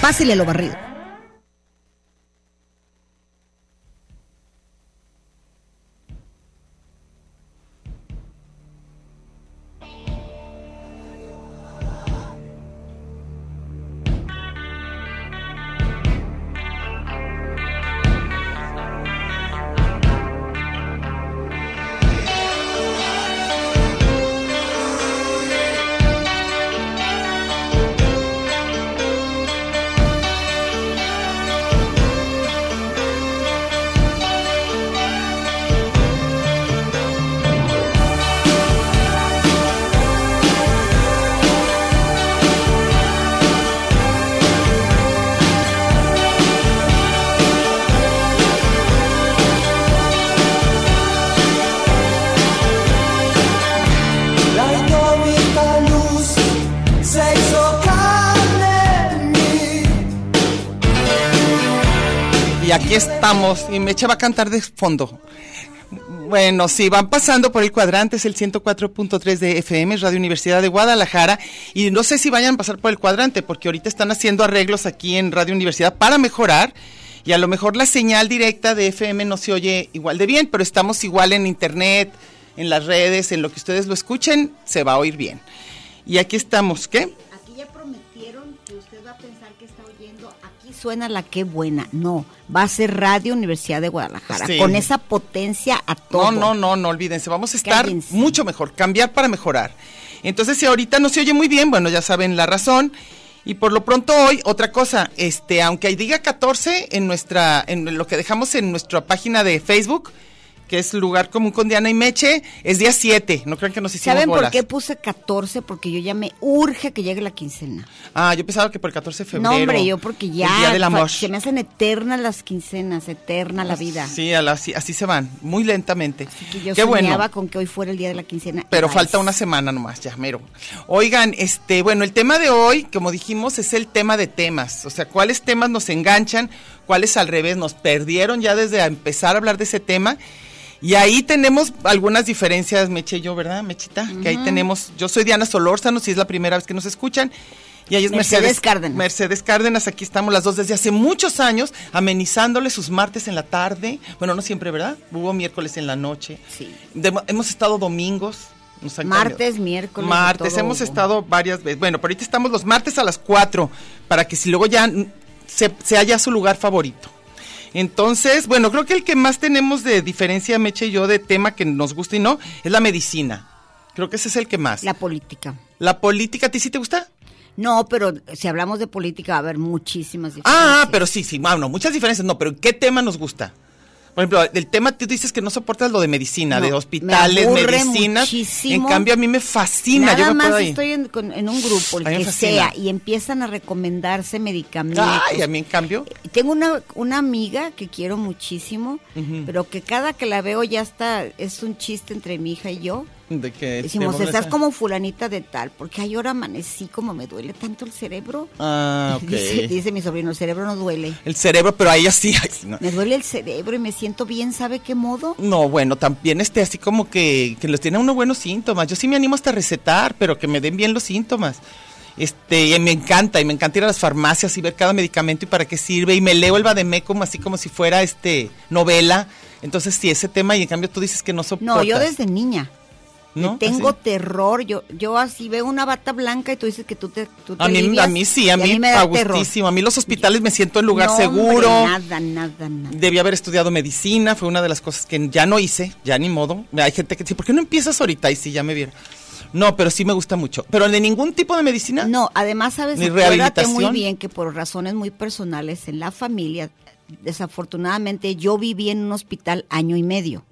Pásele lo barrido. La indómita luz se hizo carne en mí. Y aquí estamos, y Mecha va a cantar de fondo. Bueno, sí, van pasando por el cuadrante, es el 104.3 de FM, es Radio Universidad de Guadalajara, y no sé si vayan a pasar por el cuadrante, porque ahorita están haciendo arreglos aquí en Radio Universidad para mejorar, y a lo mejor la señal directa de FM no se oye igual de bien, pero estamos igual en Internet, en las redes, en lo que ustedes lo escuchen, se va a oír bien. Y aquí estamos, ¿qué? Aquí ya prometieron que usted va a pensar que está oyendo. Aquí suena la que buena. No, va a ser Radio Universidad de Guadalajara. Sí. Con esa potencia a todo. No, no, no, no olvídense. Vamos a estar Cállense. mucho mejor, cambiar para mejorar. Entonces, si ahorita no se oye muy bien, bueno, ya saben la razón. Y por lo pronto hoy, otra cosa, este, aunque ahí diga 14 en nuestra, en lo que dejamos en nuestra página de Facebook, que es Lugar Común con Diana y Meche, es día 7. No crean que nos hicimos ¿Saben por bolas. qué puse 14? Porque yo ya me urge que llegue la quincena. Ah, yo pensaba que por el 14 de febrero. no, hombre, yo porque ya El día del fa- amor. se me hacen eternas las quincenas, eterna la vida. Sí, a la- así, así se van, muy lentamente. Así que yo qué soñaba bueno. con que hoy fuera el día de la quincena. y Pero va, falta es- una semana nomás, ya, mero. Oigan, este, bueno, el tema de hoy, como dijimos, es el tema de temas. O sea, cuáles temas nos enganchan, cuáles al revés nos perdieron ya desde a empezar a hablar de ese tema. Y ahí tenemos algunas diferencias, Meche y yo, ¿verdad, Mechita? Que ahí tenemos, yo soy Diana Solórzano, si es la primera vez que nos escuchan. Y ahí es Mercedes, Mercedes Cárdenas. Mercedes Cárdenas, aquí estamos las dos desde hace muchos años, amenizándole sus martes en la tarde. Bueno, no siempre, ¿verdad? Hubo miércoles en la noche. Sí. De- hemos estado domingos. nos han Martes, cambiado. miércoles, de Martes, todo hemos hubo. estado varias veces. Bueno, pero ahorita estamos los martes a las 4, para que si luego ya mm, se, se haya su lugar favorito. Entonces, bueno, creo que el que más tenemos de diferencia, Meche y yo, de tema que nos gusta y no, es la medicina. Creo que ese es el que más. La La, política. política, ¿a ti sí te gusta? No, pero si hablamos de política va a haber muchísimas Ah, diferencias. ah, pero sí, sí, bueno, muchas diferencias, no, pero ¿qué tema nos gusta? Por ejemplo, el tema, tú dices que no soportas lo de medicina, No, de me hospitales, aburre medicinas. muchísimo. En cambio, a mí me fascina. Nada yo me más puedo ahí. estoy en, con- en un grupo, el A mí me que fascina. sea, y empiezan a recomendarse medicamentos. Ay, a mí en cambio. Tengo una, una amiga que quiero muchísimo, pero que cada que la veo ya está, es un chiste entre mi hija y yo. De que Decimos, te estás molesta. como fulanita de tal, porque ay, ahora amanecí como me duele tanto el cerebro. Ah, ok. dice, dice mi sobrino, el cerebro no duele. El cerebro, pero ahí así. ay, no. Me duele el cerebro y me siento bien, ¿sabe qué modo? No, bueno, también este, así como que, que los tiene unos buenos síntomas. Yo sí me animo hasta a recetar, pero que me den bien los síntomas. Este, y me encanta, y me encanta ir a las farmacias y ver cada medicamento y para qué sirve. Y me leo el Bademecum así como si fuera este novela. Entonces, sí, ese tema, y en cambio tú dices que no soportas. No, yo desde niña. Le ¿no? tengo Así. terror. Yo, yo así veo una bata blanca y tú dices que tú te, tú te A mí, a alivias, mí sí, y a mí, me a da terror. gustísimo. A mí los hospitales me siento en lugar No, hombre, seguro. nada, nada, nada. Debí haber estudiado medicina, fue una de las cosas que ya no hice, ya ni modo. Hay gente que dice, ¿por qué no empiezas ahorita? Y sí, ya me vieron. No, pero sí me gusta mucho. ¿Pero de ningún tipo de medicina? No, además, sabes, Ni acuérdate muy rehabilitación. bien que por razones muy personales en la familia, desafortunadamente yo viví en un hospital año y medio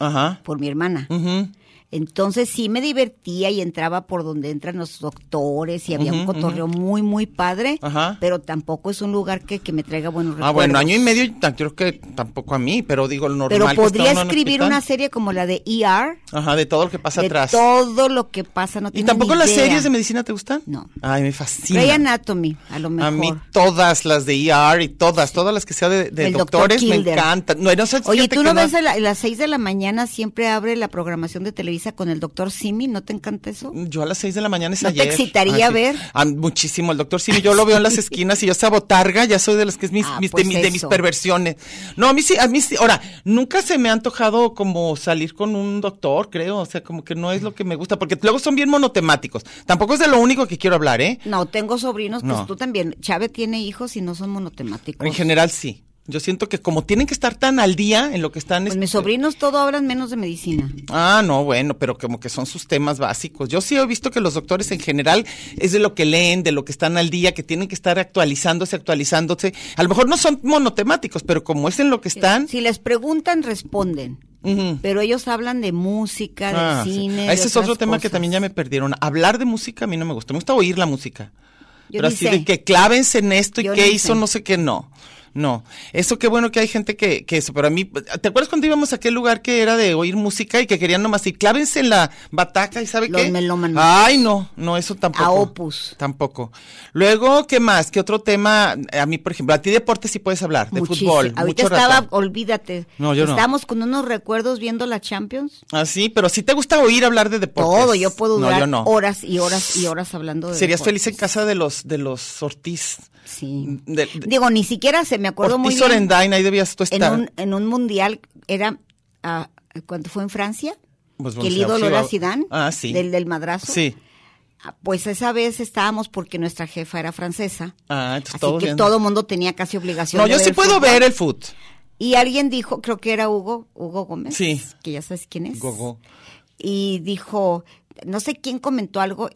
Ajá. por mi hermana. Ujú. Entonces sí me divertía y entraba por donde entran los doctores y había un Ujú, cotorreo muy, muy padre, Ajá. pero tampoco es un lugar que, que me traiga buenos recuerdos. Ah, bueno, año y medio, yo creo que tampoco a mí, pero digo, lo normal. Pero que está podría uno en escribir hospital. una serie como la de ER, Ajá, de todo lo que pasa de atrás. todo lo que pasa. No ¿Y tienes tampoco ni las idea. series de medicina te gustan? No. Ay, me fascina. Grey Anatomy, a lo mejor. A mí todas las de ER y todas, todas las que sea de, de El doctor doctores me Kilder. encantan. No, no sé, Oye, fíjate ¿tú que no ves a, la- a las 6 de la mañana siempre abre la programación de Televisa con el doctor Simi? ¿No te encanta eso? Yo a las 6 de la mañana es ¿No te ayer. excitaría ver? Ah, muchísimo, el doctor Simi. Yo lo veo en las esquinas y yo esa botarga, ya soy de las que es mis, Ah, mis- de pues mis- de, mis eso. perversiones. No, a mí sí, a mí sí. Ahora, nunca se me ha antojado como salir con un doctor, creo. O sea, como que no es lo que me gusta, porque luego son bien monotemáticos. Tampoco es de lo único que quiero hablar, ¿eh? No, tengo sobrinos, pues No. tú también. Chávez tiene hijos y no son monotemáticos. En general sí. Yo siento que como tienen que estar tan al día en lo que están... Pues este, mis sobrinos todo hablan menos de medicina. Ah, no, bueno, pero como que son sus temas básicos. Yo sí he visto que los doctores en general es de lo que leen, de lo que están al día, que tienen que estar actualizándose, actualizándose. A lo mejor no son monotemáticos, pero como es en lo que están... Si les preguntan, responden. ujú. Pero ellos hablan de música, de Ah, sí. cine. de Ese es otras otro tema que cosas. también ya me perdieron. Hablar de música a mí no me gusta. Me gusta oír la música. Yo pero ni así sé. de que clávense en esto y Yo qué ni hizo, sé. no sé qué, no. No, eso qué bueno que hay gente que, que eso, pero a mí, ¿te acuerdas cuando íbamos a aquel lugar que era de oír música y que querían nomás ir, clávense en la bataca y sabe Los qué? melómanos. Ay, no, no, eso tampoco. A Opus. Tampoco. Luego, ¿qué más? ¿Qué otro tema? Eh, A mí, por ejemplo, a ti deporte sí puedes hablar, de Muchísimo. fútbol. Ahorita mucho estaba, rato. olvídate. No, yo no. Estamos con unos recuerdos viendo la Champions. Ah, sí, pero sí te gusta oír hablar de deporte. Todo, yo puedo durar no, yo no. horas y horas y horas hablando de Serías deportes. feliz en casa de los, de los Ortiz. Sí. de- de- Digo, ni siquiera se me acuerdo Ortiz muy bien. Orendain, ahí debías tú En estar. un, en un mundial era ah, cuando fue en Francia, Pues, que el sí, ídolo sí, era va- Zidane, Ah, sí. del del madrazo. Sí. Ah, Pues esa vez estábamos porque nuestra jefa era francesa. Ah, entonces Así todo que bien. todo mundo tenía casi obligación. No, de yo ver sí el puedo fútbol. ver el foot. Y alguien dijo, creo que era Hugo, Hugo Gómez, Sí. que ya sabes quién es. Gogo. Y dijo, no sé quién comentó algo,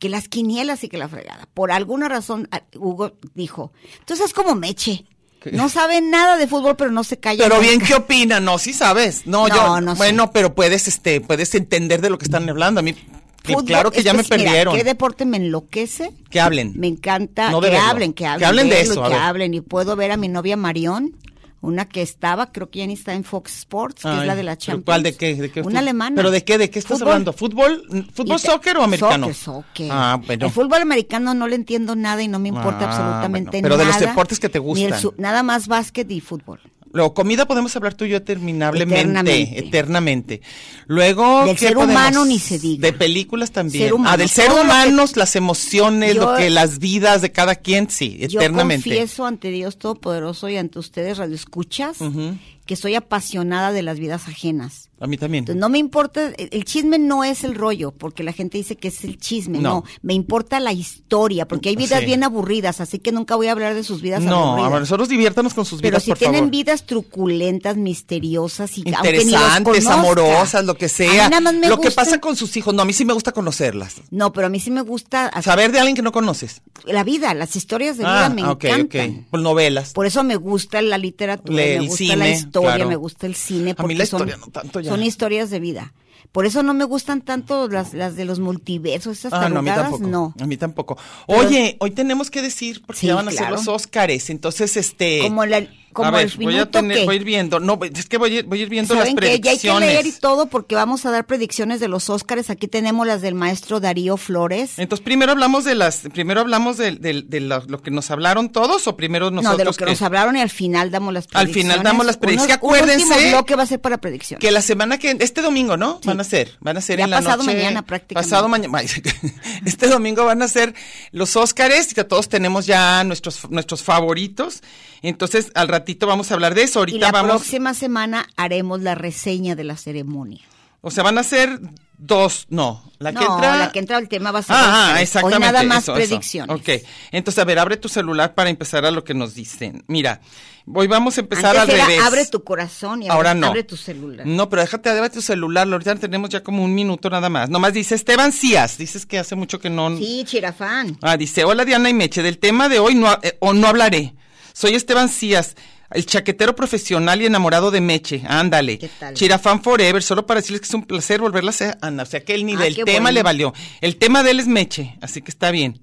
que las quinielas y que la fregada. Por alguna razón, a- Hugo dijo, entonces es como Meche. ¿Qué? No sabe nada de fútbol, pero no se calla. Pero bien, nunca". ¿qué opina? No, sí sabes. No, No, yo. no sé. bueno, pero puedes, este, puedes entender de lo que están hablando. A mí, que Fútbol, claro que es ya me sí, mira, perdieron. ¿Qué deporte me enloquece? Que hablen. Me encanta No de que verlo. hablen, que hablen. Que hablen de verlo y eso, a Que ver. hablen. Y puedo ver a mi novia Marión, una que estaba, creo que ya ni está en Fox Sports, que es Ay, la de la ¿pero Champions. ¿Cuál de qué? ¿De qué Una fut- alemana. ¿Pero de qué? ¿De qué estás Fútbol. hablando? ¿Fútbol? ¿Fútbol, Y te- soccer o americano? Soccer, soccer. Ah, bueno. El fútbol americano no le entiendo nada y no me importa Ah, absolutamente bueno, pero de nada. los deportes que te ni el gustan. su- nada más básquet y fútbol. Luego, comida podemos hablar tú y yo interminablemente, Eternamente. eternamente. Luego, Del ¿qué ser humano podemos? ni se diga. De películas también. Ser humano, ah, del ser todo lo que- humanos, las emociones, Yo- lo que las vidas de cada quien, sí, eternamente. Yo confieso ante Dios Todopoderoso y ante ustedes, radioescuchas, Ujú. que soy apasionada de las vidas ajenas. A mí también. Entonces, no me importa, el el chisme no es el rollo, porque la gente dice que es el chisme, no, No. me importa la historia, porque hay vidas Sí. bien aburridas, así que nunca voy a hablar de sus vidas no, aburridas. a nosotros diviértanos con sus Pero vidas, si por tienen favor. vidas truculentas, misteriosas y aunque ni los Interesantes, conozca. amorosas, lo que sea. A mí nada más me lo que gusta- pasa con sus hijos, no, a mí sí me gusta conocerlas. No, pero a mí sí me gusta hacer- Saber de alguien que no conoces. la vida, las historias de vida ah, me ok, encantan. ok. Pues novelas. Por eso me gusta la literatura, Le- me el gusta cine, la historia, claro. me gusta el cine. A mí porque la son- historia no tanto ya. Son historias de vida. Por eso no me gustan tanto las, las de los multiversos, esas Ah, no, a mí tarugadas, tampoco. no. A mí tampoco. Pero- Oye, hoy tenemos que decir, porque Sí, ya van a claro. ser los Óscares, entonces este... Como la- como a ver, el voy a minuto tener, que- voy a ir viendo, no, es que voy a ir, voy a ir viendo las ¿Saben qué? Ya hay predicciones. que leer y todo porque vamos a dar predicciones de los Óscares. Aquí tenemos las del maestro Darío Flores. Entonces, primero hablamos de las, primero hablamos de, de- de lo, lo que nos hablaron todos o primero nosotros. no, de lo que nos hablaron y al final damos las Al predicciones. final damos las Unos- predicciones. un Acuérdense último bloque va a ser para predicciones. Que la semana que este domingo, ¿no? Sí. Van a ser, van a ser Ya en la pasado noche- mañana, prácticamente. Pasado mañana, este domingo van a ser los Óscares y que todos tenemos ya nuestros nuestros favoritos. Entonces, al ratito vamos a hablar de eso. Ahorita y la vamos, próxima semana haremos la reseña de la ceremonia. o sea, van a ser dos, no, la que No, entra... la que entra al tema va a ser Ah, esta. ah, Hoy exactamente. nada más eso, eso. predicciones. Ok, entonces, a ver, abre tu celular para empezar a lo que nos dicen. Mira, hoy vamos a empezar Antes al era, revés. abre tu corazón y Ahora abre, no. Mm. abre tu celular. No, pero déjate, abre tu celular, ahorita tenemos ya como un minuto nada más. Nomás dice Esteban Cías, dices que hace mucho que no... Sí, chirafán. Ah, dice, hola Diana y Meche, del tema de hoy no, ha- eh, o no hablaré. Soy Esteban Cías, el chaquetero profesional y enamorado de Meche. Ándale. ¿Qué tal? Chirafan Forever, solo para decirles que es un placer volverlas a... Ana, o sea que él ni Ah, del qué tema bueno. le valió. El tema de él es Meche, así que está bien.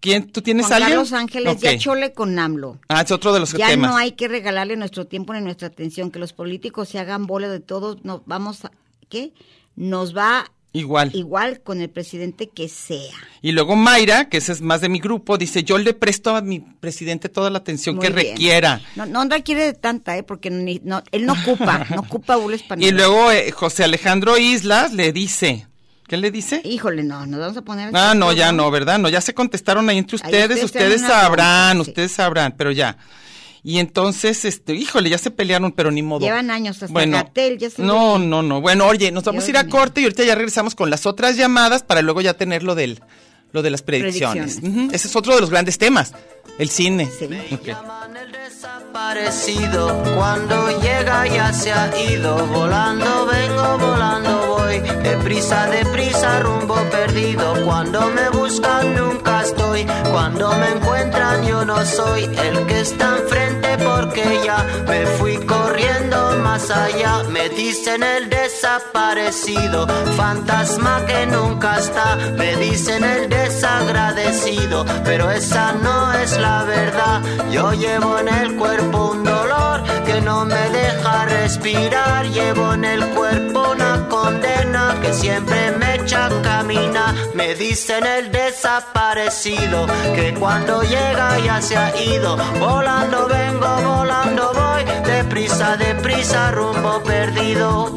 ¿Quién, ¿Tú tienes Juan alguien? Carlos Ángeles ya Ok. chole con AMLO. Ah, es otro de los Ya temas. no hay que regalarle nuestro tiempo ni nuestra atención, que los políticos se hagan bola de todos, nos vamos a, ¿qué? Nos va Igual. igual con el presidente que sea. Y luego Mayra, que ese es más de mi grupo, dice, yo le presto a mi presidente toda la atención Muy que bien. requiera. No, no requiere de tanta, ¿eh? Porque ni- no, él no ocupa, no ocupa bules para Y luego eh, José Alejandro Islas le dice, ¿qué le dice? Híjole, no, nos pues, vamos a poner... Ah, no, ya no, ¿verdad? No, ya se contestaron ahí entre Ahí ustedes, ustedes ustedes tienen una sabrán, bronca, sí. ustedes sabrán, pero ya. Y entonces, este, híjole, ya se pelearon, pero ni modo. Llevan años, hasta Gatel ya se No, no, no. Bueno, oye, nos vamos a ir a Dios mío. corte y ahorita ya regresamos con las otras llamadas para luego ya tener lo del lo de las predicciones. Predicciones. Ujú, Ese es otro de los grandes temas, el cine. Sí. Ok. Llaman el desaparecido cuando llega ya se ha ido volando vengo volando voy deprisa deprisa rumbo perdido cuando me buscan nunca estoy cuando me encuentran yo no soy el que está enfrente porque ya me fui corriendo más allá me dicen el desaparecido fantasma que nunca está me dicen el desagradecido pero esa no es la verdad yo llevo en el cuerpo un dolor que no me deja respirar. Llevo en el cuerpo una condena que siempre me echa a caminar. Me dicen el desaparecido que cuando llega ya se ha ido. Volando vengo, volando voy. Deprisa, deprisa, rumbo perdido.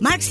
Marx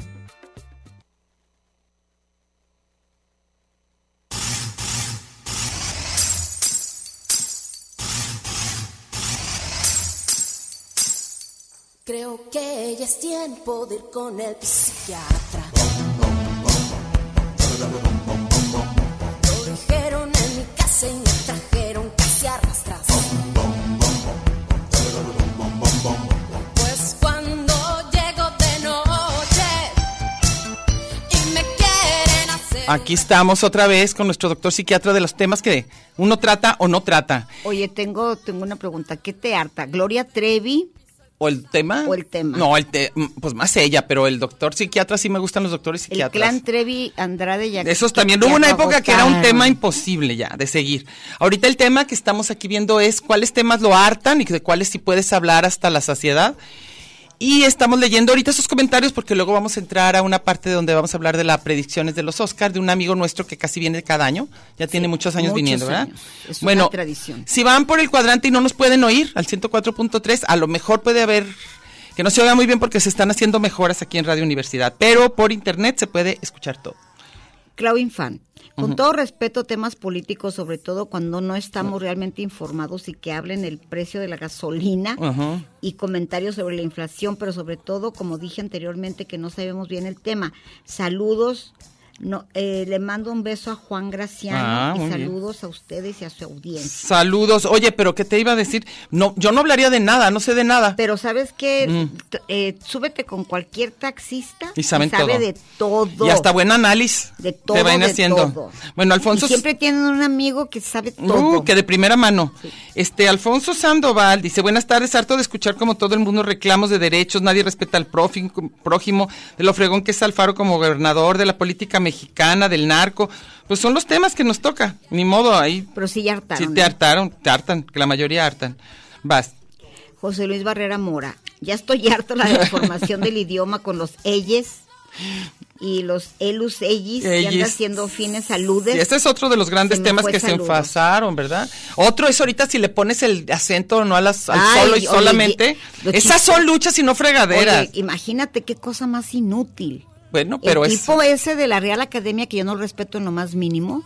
Creo que ya es tiempo de ir con el psiquiatra. Lo dijeron en mi casa y me trajeron casi arrastras. Pues cuando llego de noche y me quieren hacer. Aquí estamos otra vez con nuestro doctor psiquiatra de los temas que uno trata o no trata. Oye, tengo, tengo una pregunta. ¿Qué te harta? ¿Gloria Trevi? ¿O el tema? O el tema. No, el te- mm, pues más ella, pero el doctor psiquiatra sí me gustan los doctores El psiquiatras. clan Trevi Andrade ya. Esos que- también. que Hubo una ya época que era un tema agotaron. imposible ya de seguir. Ahorita el tema que estamos aquí viendo es cuáles temas lo hartan y de cuáles sí puedes hablar hasta la saciedad. Y estamos leyendo ahorita sus comentarios porque luego vamos a entrar a una parte donde vamos a hablar de las predicciones de los Oscars, de un amigo nuestro que casi viene cada año. Ya tiene muchos años muchos viniendo, ¿verdad? años. Es una tradición. Si van por el cuadrante y no nos pueden oír al 104.3, a lo mejor puede haber que no se oiga muy bien porque se están haciendo mejoras aquí en Radio Universidad, pero por internet se puede escuchar todo. Claudio Infant. Con todo respeto, temas políticos, sobre todo cuando no estamos realmente informados y que hablen el precio de la gasolina Ajá. y comentarios sobre la inflación, pero sobre todo, como dije anteriormente, que no sabemos bien el tema. Saludos No, eh, le mando un beso a Juan Graciano Ah, y muy bien. saludos a ustedes y a su audiencia. Saludos. Oye, pero ¿qué te iba a decir? No, yo no hablaría de nada, no sé de nada. Pero sabes que Mm. súbete con cualquier taxista Y saben sabe todo. de todo. Y hasta buen análisis. de te todo, van de haciendo. todo. Bueno, Alfonso. Y siempre tienen un amigo que sabe Uh, todo. que de primera mano. Este Alfonso Sandoval dice, "Buenas tardes, harto de escuchar como todo el mundo reclamos de derechos, nadie respeta al profi- prójimo, de lo fregón que es Alfaro como gobernador, de la política mexicana, del narco, pues son los temas que nos toca. Ni modo, ahí Pero sí ya si hartaron. ¿eh? te hartaron, te hartan, que la mayoría hartan. Vas. José Luis Barrera Mora. Ya estoy harto la deformación del idioma con los elles y los elus ellis que anda Ellis. haciendo fines saludes. Sí, este es otro de los grandes Se me temas fue que saludos. se enfasaron, ¿verdad? Otro es ahorita si le pones el acento o no a las, al Ay, solo y oye, solamente. lo Esas chistoso. son luchas y no fregaderas. Oye, imagínate qué cosa más inútil. bueno, pero el es, tipo ese de la Real Academia que yo no respeto en lo más mínimo.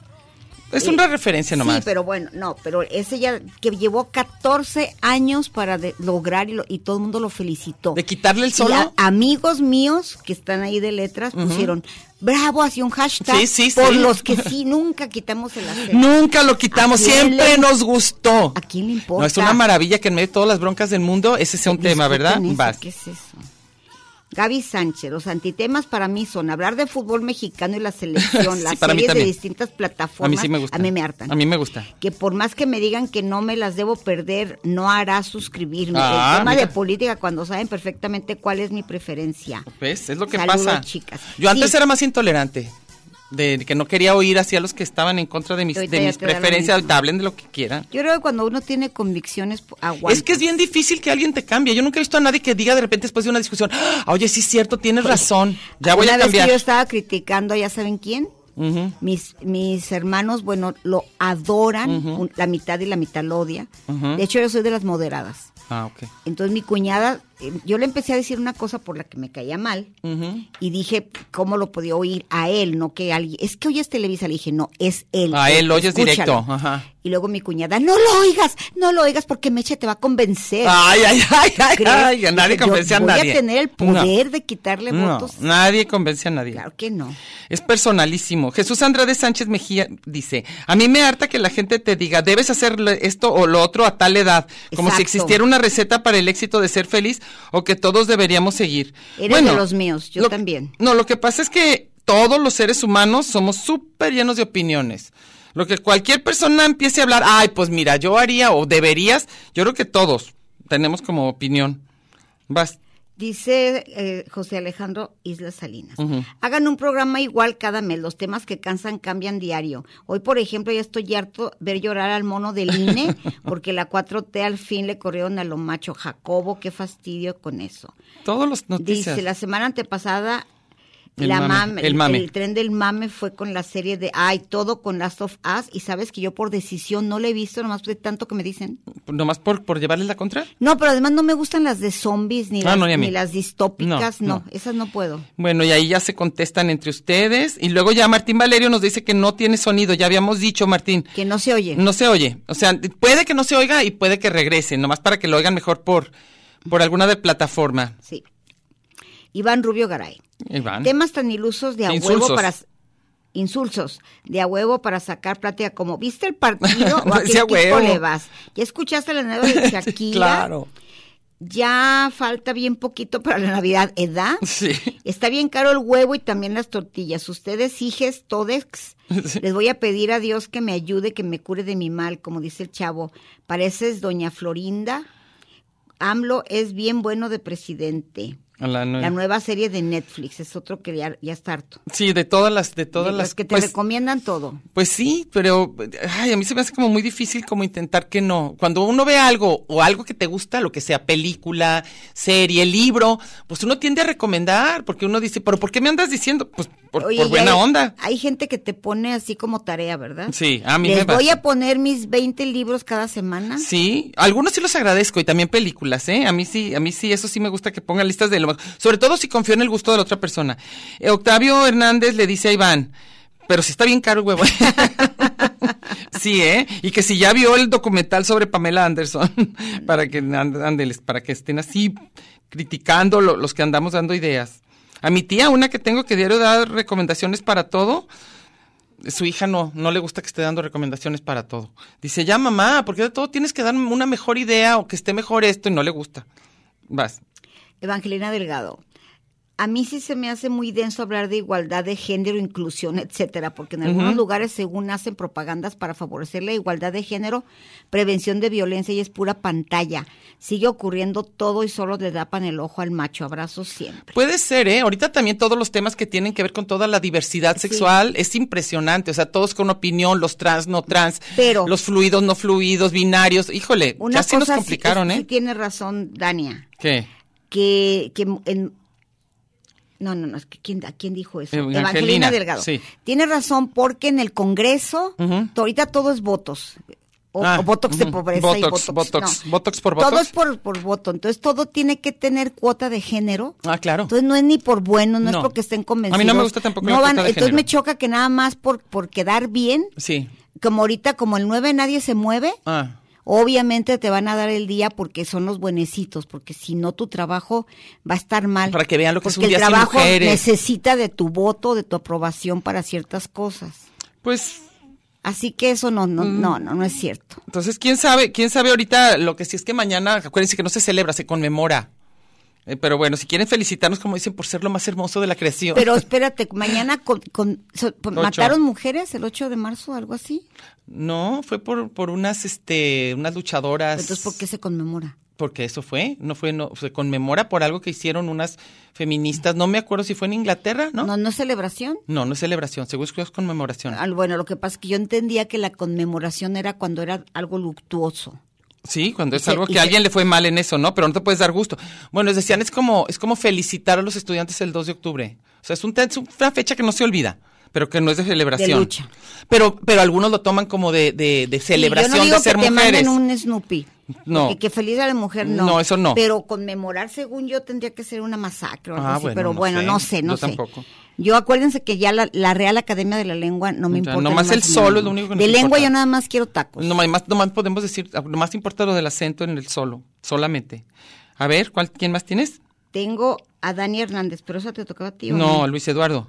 es eh, una referencia nomás. Sí, pero bueno, no, pero ese ya que llevó 14 años para de- lograr y, lo- y todo el mundo lo felicitó. ¿De quitarle el Y a- solo? amigos míos que están ahí de letras pusieron bravo así un hashtag Sí, sí, por sí. los que sí nunca quitamos el acento. Nunca lo quitamos, ¿A quién siempre le- nos gustó. ¿A quién le importa? No, es una maravilla que en medio de todas las broncas del mundo, ese sea un tema, ¿verdad? Discuten eso, Vas. ¿Qué es eso? Gaby Sánchez, los antitemas para mí son hablar de fútbol mexicano y la selección, Sí, las para series mí de también. distintas A plataformas. mí sí me gusta. A mí me hartan. A mí me gusta. que por más que me digan que no me las debo perder, no hará suscribirme. Ah, el tema mira. de política, cuando saben perfectamente cuál es mi preferencia. ¿Ves? Es lo que Saludos, pasa. chicas. Yo antes Sí. era más intolerante, de que no quería oír hacia los que estaban en contra de mis, Ahorita de ya mis te da lo preferencias, mismo. hablen de lo que quieran. Yo creo que cuando uno tiene convicciones, pu- aguanta. Es que es bien difícil que alguien te cambie. Yo nunca he visto a nadie que diga de repente después de una discusión, "Ah, oye, sí es cierto, tienes razón, ya voy Una a vez cambiar. que yo estaba criticando, a ya saben quién, Ujú. mis, mis hermanos, bueno, lo adoran, un- la mitad y la mitad lo odia. Ujú. De hecho, yo soy de las moderadas. Ah, ok. Entonces mi cuñada, eh, yo le empecé a decir una cosa por la que me caía mal Ujú. y dije cómo lo podía oír a él, no que alguien. Es que oyes Televisa, le dije, no, es él. A Ah, él, oyes escúchalo. directo, ajá. Y luego mi cuñada, no lo oigas, no lo oigas porque Meche te va a convencer. Ay, ay, ay, ay, ¿Crees? ay, a nadie Dije, yo convence a nadie. Voy a tener el No, poder de quitarle no, votos. nadie convence a nadie. Claro que no. Es personalísimo. Jesús Andrade Sánchez Mejía dice, a mí me harta que la gente te diga, debes hacer lo- esto o lo otro a tal edad, como Exacto. si existiera una receta para el éxito de ser feliz o que todos deberíamos seguir. Eres de los míos, yo lo- también. No, lo que pasa es que todos los seres humanos somos súper llenos de opiniones. Lo que cualquier persona empiece a hablar, ay, pues mira, yo haría o deberías, yo creo que todos tenemos como opinión. Vas. Dice eh, José Alejandro Islas Salinas. Ujú. Hagan un programa igual cada mes. Los temas que cansan cambian diario. Hoy, por ejemplo, ya estoy harto ver llorar al mono del INE porque la 4T al fin le corrieron a lo macho Jacobo. Qué fastidio con eso. Todos los noticias. Dice, la semana antepasada, El la mame, mame- el mame. tren del mame fue con la serie de Ay, todo con Last of Us. Y sabes que yo por decisión no le he visto, nomás de tanto que me dicen. Nomás por, por llevarles la contra. No, pero además no me gustan las de zombies ni, Ah, las, no, ni a mí. ni las distópicas, No, no, no. esas no puedo. Bueno, y ahí ya se contestan entre ustedes. Y luego ya Martín Valerio nos dice que no tiene sonido. Ya habíamos dicho, Martín. Que no se oye. No se oye. O sea, puede que no se oiga y puede que regrese, nomás para que lo oigan mejor por, por alguna de plataforma. Sí. Iván Rubio Garay. Iván. Temas tan ilusos de a Insulsos. huevo para insulsos de a huevo para sacar plática como ¿viste el partido o a qué Decía equipo huevo. le vas? Ya escuchaste la nueva de Shakira. Sí, claro. Ya falta bien poquito para la Navidad, ¿edad? Sí. Está bien caro el huevo y también las tortillas. Ustedes, hijes, todex, Sí. les voy a pedir a Dios que me ayude, que me cure de mi mal, como dice el chavo. Pareces doña Florinda. AMLO es bien bueno de presidente. A la nue- La nueva serie de Netflix es otro que ya, ya está harto. Sí, de todas las, de todas De las. los que te pues, recomiendan todo. Pues sí, pero ay, a mí se me hace como muy difícil como intentar que no. Cuando uno ve algo o algo que te gusta, lo que sea, película, serie, libro, pues uno tiende a recomendar, porque uno dice, pero ¿por qué me andas diciendo? Pues por, Oye, por y buena hay- onda. Hay gente que te pone así como tarea, ¿verdad? Sí, a mí Les me voy basta. a poner mis 20 libros cada semana. Sí, algunos sí los agradezco y también películas, ¿eh? A mí sí, a mí sí, eso sí me gusta que pongan listas de lo mejor, sobre todo si confío en el gusto de la otra persona. Eh, Octavio Hernández le dice a Iván, pero si está bien caro el huevo. sí, ¿eh? Y que si ya vio el documental sobre Pamela Anderson, para que and- ándeles, para que estén así criticando lo- los que andamos dando ideas. A mi tía, una que tengo que diario da recomendaciones para todo, su hija no, no le gusta que esté dando recomendaciones para todo. Dice, ya mamá, porque de todo tienes que darme una mejor idea o que esté mejor esto y no le gusta. Vas. Evangelina Delgado. A mí sí se me hace muy denso hablar de igualdad de género, inclusión, etcétera, porque en algunos Ujú. lugares, según hacen propagandas para favorecer la igualdad de género, prevención de violencia y es pura pantalla. Sigue ocurriendo todo y solo le tapan el ojo al macho. Abrazo siempre. Puede ser, ¿eh? Ahorita también todos los temas que tienen que ver con toda la diversidad sexual es impresionante. O sea, todos con opinión, los trans, no trans, Pero- los fluidos, no fluidos, binarios. Híjole, ya sí nos sí- complicaron, sí ¿eh? tiene razón, Dania, ¿Qué? que, que en- no, no, no, es que ¿quién, da- quién dijo eso? Evangelina, Delgado. sí. Tiene razón porque en el Congreso, Ujú. to- ahorita todo es votos. O, Ah, o botox de ujú. pobreza y Botox, botox. botox, no. botox por Todo botox. es por, por voto. Entonces todo tiene que tener cuota de género. Ah, claro. Entonces no es ni por bueno, no, No. es porque estén A mí no me convencidos. gusta tampoco No la van- cuota de Entonces género. me choca que nada más por, por quedar bien, Sí. como ahorita, como el 9 nadie se mueve, Ah. Obviamente te van a dar el día porque son los buenecitos, porque si no tu trabajo va a estar mal. Para que vean lo que es un Porque día el sin trabajo mujeres. necesita de tu voto, de tu aprobación para ciertas cosas. Pues Así que eso no, no, no, no, no es cierto. Entonces, ¿quién sabe? ¿Quién sabe ahorita lo que sí es que mañana, acuérdense que no se celebra, se conmemora. Eh, pero bueno, si quieren felicitarnos, como dicen, por ser lo más hermoso de la creación. Pero espérate, mañana con, con- so- Ocho. mataron mujeres el 8 de marzo, algo así. No, fue por, por unas, este, unas luchadoras. Entonces, ¿por qué se conmemora? Porque eso fue, no fue, no, se conmemora por algo que hicieron unas feministas. No me acuerdo si fue en Inglaterra, ¿no? Ah. No, No, no, es celebración. no, es celebración, según es conmemoración. Al- Bueno, lo que pasa es que yo entendía que la conmemoración era cuando era algo luctuoso. Sí, cuando es se- algo y que se- a alguien le fue mal en eso, ¿no? Pero no te puedes dar gusto. Bueno, les decían, es como, es como felicitar a los estudiantes el 2 de octubre. O sea, es, un, te- es una fecha que no se olvida, pero que no es de celebración. De lucha. Pero, pero algunos lo toman como de, de, de celebración Y yo no digo de ser que te mujeres. manden un Snoopy. No. Porque que feliz a la mujer no. No, eso no. Pero conmemorar, según yo, tendría que ser una masacre o algo Ah, así. bueno, pero no bueno, sé. no sé, no Yo sé. tampoco. Yo acuérdense que ya la, la Real Academia de la Lengua no me Ya, importa. nomás el no, solo no. es lo único que De nos lengua importa. yo nada más quiero tacos. Pues No más, no más podemos decir, no más importa lo del acento en el solo, solamente. A ver, ¿cuál, ¿quién más tienes? Tengo a Dani Hernández, pero esa te tocaba a ti. ¿o No, Luis Eduardo.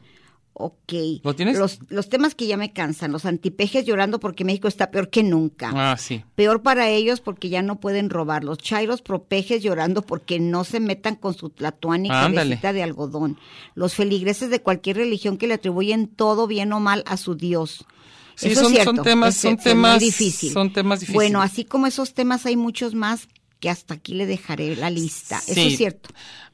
Ok. ¿Lo tienes? Los, los temas que ya me cansan. Los antipejes llorando porque México está peor que nunca. Ah, sí. Peor para ellos porque ya no pueden robar. Los chairos propejes llorando porque no se metan con su tlatoani Ándale. cabecita de algodón. Los feligreses de cualquier religión que le atribuyen todo bien o mal a su Dios. Sí, Eso es son- cierto, son temas- es- son es muy temas- difícil. son temas difíciles. Bueno, así como esos temas hay muchos más que hasta aquí le dejaré la lista. Eso Sí. es cierto.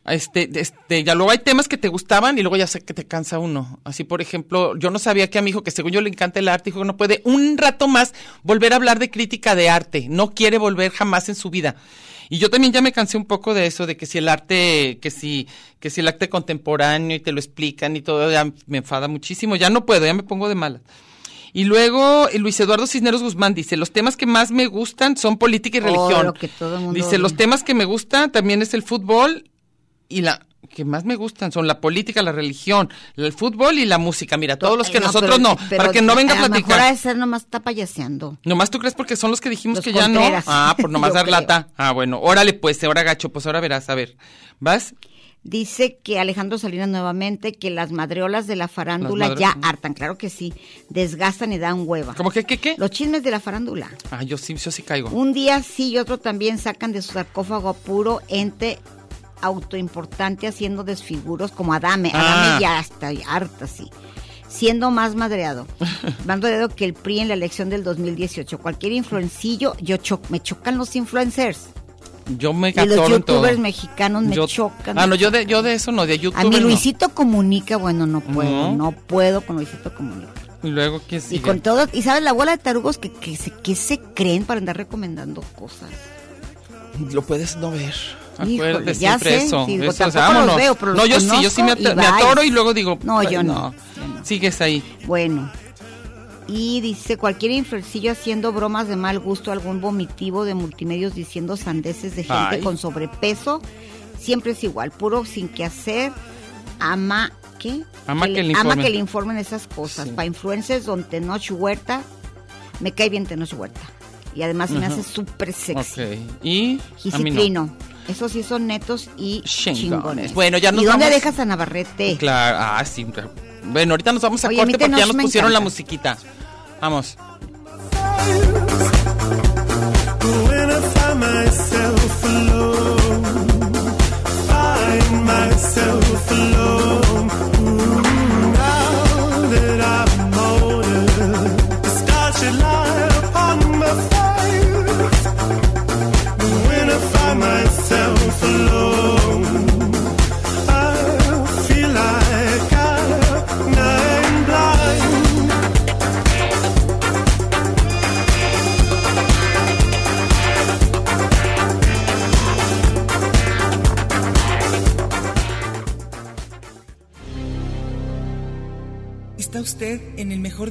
Este, este, ya luego hay temas que te gustaban y luego ya sé que te cansa uno. Así, por ejemplo, yo no sabía que a mi hijo, que según yo le encanta el arte, dijo que no puede un rato más volver a hablar de crítica de arte. No quiere volver jamás en su vida. Y yo también ya me cansé un poco de eso, de que si el arte, que si, que si el arte contemporáneo y te lo explican y todo, ya me enfada muchísimo. Ya no puedo, ya me pongo de malas. Y luego eh, Luis Eduardo Cisneros Guzmán dice, los temas que más me gustan son política y Oh, religión. lo que todo el mundo dice, odia. los temas que me gustan también es el fútbol y la que más me gustan son la política, la religión, el fútbol y la música. Mira, todos los que Eh, no, nosotros pero- no, pero para que no venga a lo mejor ha platicar. de ser nomás está payaseando. Nomás tú crees porque son los que dijimos Los que ya Contreras. no. Ah, por nomás Yo dar creo. lata. Ah, bueno, órale pues, ahora gacho, pues ahora verás, a ver. ¿Vas? Dice que Alejandro Salinas nuevamente que las madreolas de la farándula Las madre- ya hartan, claro que sí, desgastan y dan hueva. ¿Cómo que qué qué? Los Uh, chismes de la farándula. Ah, yo sí, yo sí caigo. Un día sí y otro también sacan de su sarcófago a puro ente autoimportante haciendo desfiguros como Adame. Adame Ah. ya está harta, sí. Siendo más madreado. Más madreado que el PRI en la elección del 2018. Cualquier influencillo, yo cho- me chocan los influencers. Yo me Y los atoro en todo. youtubers mexicanos me Yo- chocan. Ah, me no, yo de, yo de eso no, de YouTube. A mí Luisito comunica, bueno, no puedo, No. no puedo con Luisito comunica. Y luego, ¿quién Y sigue? con todo, y sabes la bola de tarugos que, que, se, que se creen para andar recomendando cosas. Lo puedes no ver. Híjole, Acuérdate ya siempre sé, eso. sí, digo, eso, o sea, tampoco los vámonos. veo, pero los no, yo sí, yo sí me, conozco at- y me bye. atoro y luego digo. No, ay, yo no, yo no. Sigues ahí. Bueno. Y dice, cualquier influencillo haciendo bromas de mal gusto, algún vomitivo de multimedios diciendo sandeces de gente Ay. con sobrepeso, siempre es igual, puro sin que hacer, ama, ¿qué? Ama que le, le ama informen. que le informen esas cosas. Sí. Para influencers, don Tenoch Huerta, me cae bien Tenoch Huerta. Y además se me hace súper sexy. Ok. Y. a mí no. Gisitrino. Esos sí son netos y Chingones. chingones. Bueno, ya nos ¿Y dónde vamos. dejas a Navarrete? Claro, ah, sí. claro. Bueno, ahorita nos vamos a eh. Oye, corte porque Mítenos ya nos me pusieron la encanta. musiquita. Vamos. When I find myself alone, find myself alone. Ooh, now that I'm older, the stars should lie upon my face. When I find myself alone, I feel like I'm blind. Está usted en el mejor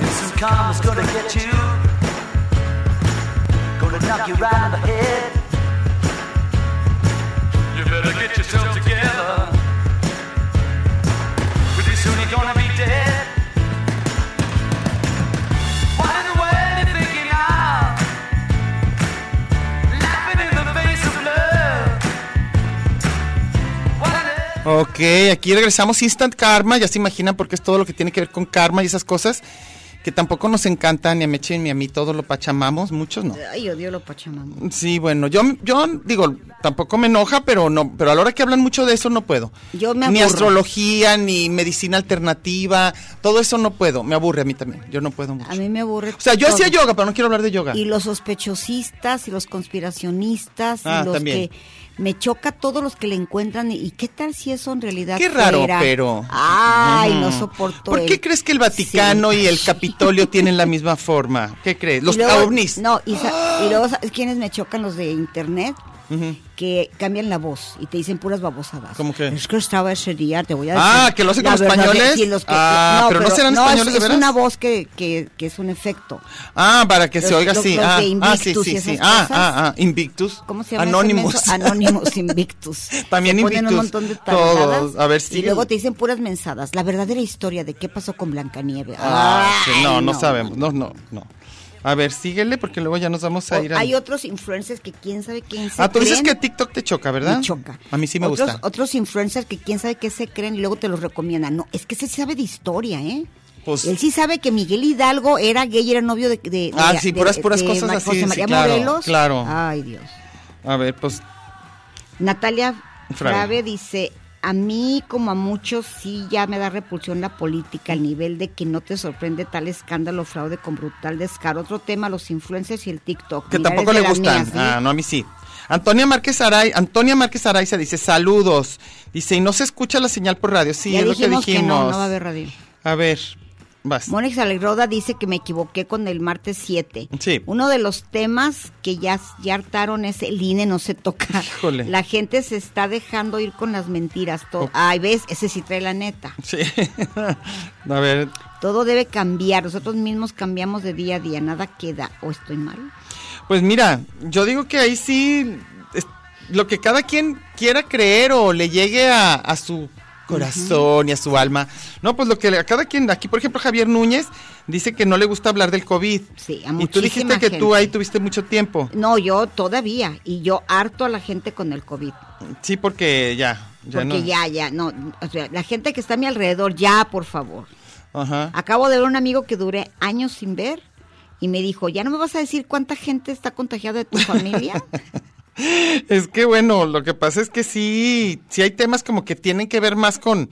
Mrs. Karma's gonna get you. Gonna knock you right on the head. You better get yourself together. Pretty soon you're gonna be dead. What in the world you thinking of? Laughing in the face of love. What on earth? Ok, aquí regresamos Instant Karma, ya se imaginan porque es todo lo que tiene que ver con karma y esas cosas que tampoco nos encantan ni a Meche ni a mí, todo lo pachamamos, muchos no. Ay, odio lo Pachamama. Sí, bueno, yo, yo digo, tampoco me enoja, pero no, pero a la hora que hablan mucho de eso no puedo. Yo me Ni aburro. astrología, ni medicina alternativa, todo eso no puedo, me aburre a mí también, yo no puedo mucho. A mí me aburre. O sea, yo todo. hacía yoga, pero no quiero hablar de yoga. Y los sospechosistas y los conspiracionistas Ah, y los también. que me choca todos los que le encuentran y qué tal si eso en realidad Qué raro, fuera? pero. Ay, Mm. no soporto. ¿Por qué el- crees que el Vaticano Sí. y el Capitolio tienen la misma forma? ¿Qué crees? Los Y luego- ovnis. No, y, sa- y luego ¿sabes quiénes me chocan los de internet? Que cambian la voz y te dicen puras babosadas. ¿Cómo qué? Es que estaba ese día, te voy a decir. Ah, ¿que lo hacen con la los verdad, españoles? sí, los que- Ah, pero ¿no serán es- españoles de es, veras? una voz que, que, que es un efecto. Ah, para que se Los- oiga los- así. los ah, de ah, sí, Invictus y sí, sí. esas Ah, cosas. ah, ah, Invictus. ¿Cómo se llama? ese Anónimos. menso? Anónimos Invictus. También Se ponen Invictus. un montón de tardadas Todos. A ver, Y sigue. luego te dicen puras mensadas. La verdadera historia de qué pasó con Blancanieves. Ah, sí, no, Ay, no sabemos. No, no, no. A ver, síguele porque luego ya nos vamos a ir a. Hay otros influencers que quién sabe quién se Ah, tú dices que creen. TikTok te choca, ¿verdad? Me choca. A mí sí me otros, gusta. Otros influencers que quién sabe qué se creen y luego te los recomiendan. No, es que ese sí sabe de historia, ¿eh? Pues- Él sí sabe que Miguel Hidalgo era gay y era novio de. de- Ah, de- sí, de- puras- puras de cosas Mar- así, José sí, María claro, Morelos. claro. Ay, Dios. A ver, pues. Natalia Frave. Frave. dice. A mí, como a muchos, sí ya me da repulsión la política, al nivel de que no te sorprende tal escándalo, fraude con brutal descaro. Otro tema, los influencers y el TikTok. Que Mira, tampoco es de le las gustan. mías, ¿eh? Ah, no, a mí sí. Antonia Márquez Aray, Antonia Márquez Araiza dice, saludos. Dice, y no se escucha la señal por radio. Sí, ya es lo que dijimos. dijimos que no, no va a haber radio. A ver, vas. Mónica Salegroda dice que me equivoqué con el martes 7. Sí. Uno de los temas que ya, ya hartaron es el INE no se toca. Híjole. La gente se está dejando ir con las mentiras. to- Oh. Ay, ves, ese sí trae la neta. Sí. a ver. Todo debe cambiar. Nosotros mismos cambiamos de día a día. Nada queda. ¿O estoy mal? Pues mira, yo digo que ahí sí, es- lo que cada quien quiera creer o le llegue a, a su corazón y a su alma. No, pues lo que le- a cada quien, aquí por ejemplo Javier Núñez dice que no le gusta hablar del COVID. Sí, a Y tú muchísima dijiste que tú gente. ahí tuviste mucho tiempo. No, yo todavía. Y yo harto a la gente con el COVID. Sí, porque ya, ya porque no. ya, ya. No, o sea, la gente que está a mi alrededor, ya, por favor. Ajá. Acabo de ver un amigo que duré años sin ver y me dijo, ¿ya no me vas a decir cuánta gente está contagiada de tu familia? Es que bueno, lo que pasa es que sí, sí hay temas como que tienen que ver más con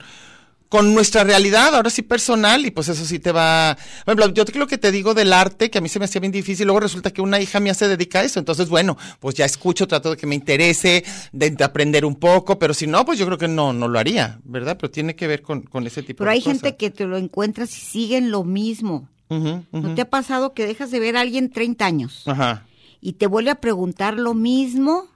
con nuestra realidad, ahora sí personal, y pues eso sí te va... Por ejemplo, yo creo que te digo del arte, que a mí se me hacía bien difícil, luego resulta que una hija mía se dedica a eso, entonces bueno, pues ya escucho, trato de que me interese, de, de aprender un poco, pero si no, pues yo creo que no, no lo haría, ¿verdad? Pero tiene que ver con, con ese tipo Pero de hay cosas. gente que te lo encuentras y siguen lo mismo. Ujú, ¿No ujú. Ah. te ha pasado que dejas de ver a alguien 30 años Ajá. y te vuelve a preguntar lo mismo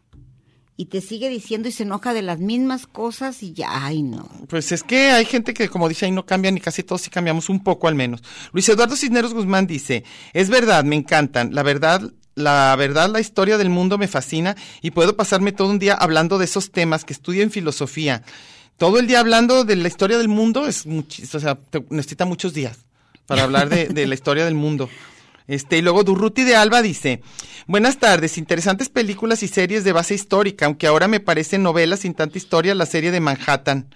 y te sigue diciendo y se enoja de las mismas cosas y ya, ay no. Pues es que hay gente que, como dice, ahí no cambian y casi todos sí cambiamos un poco al menos. Luis Eduardo Cisneros Guzmán dice, es verdad, me encantan, la verdad... La verdad, la historia del mundo me fascina y puedo pasarme todo un día hablando de esos temas que estudio en filosofía. Todo el día hablando de la historia del mundo es muchis- o sea, te- necesita muchos días para hablar de, de la historia del mundo. Este, y luego Durruti de Alba dice, buenas tardes, interesantes películas y series de base histórica, aunque ahora me parecen novelas sin tanta historia la serie de Manhattan.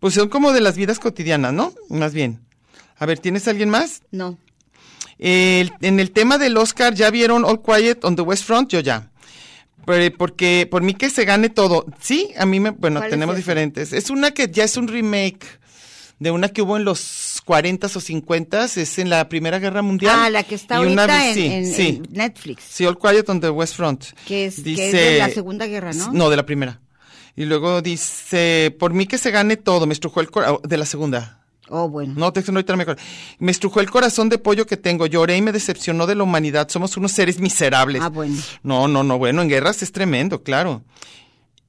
Pues son como de las vidas cotidianas, ¿no? Más bien. A ver, ¿tienes alguien más? No. El- en el tema del Oscar, ¿ya vieron All Quiet on the West Front? Yo ya. Pero, porque por mí que se gane todo. Sí, a mí me... Bueno, ¿Cuál es tenemos esa? diferentes. Es una que ya es un remake de una que hubo en los 40s o 50s, es en la Primera Guerra Mundial. Ah, la que está Y una ahorita en, vez- sí, en- sí. en Netflix. Sí, All Quiet on the West Front. Que es- que es de la Segunda Guerra, ¿no? No, de la primera. Y luego dice, por mí que se gane todo, me estrujó el corazón, de la segunda. Oh, bueno. No, texto no, ahorita no me acuerdo. Me estrujó el corazón de pollo que tengo, lloré y me decepcionó de la humanidad, somos unos seres miserables. Ah, bueno. No, no, no, bueno, en guerras es tremendo, claro.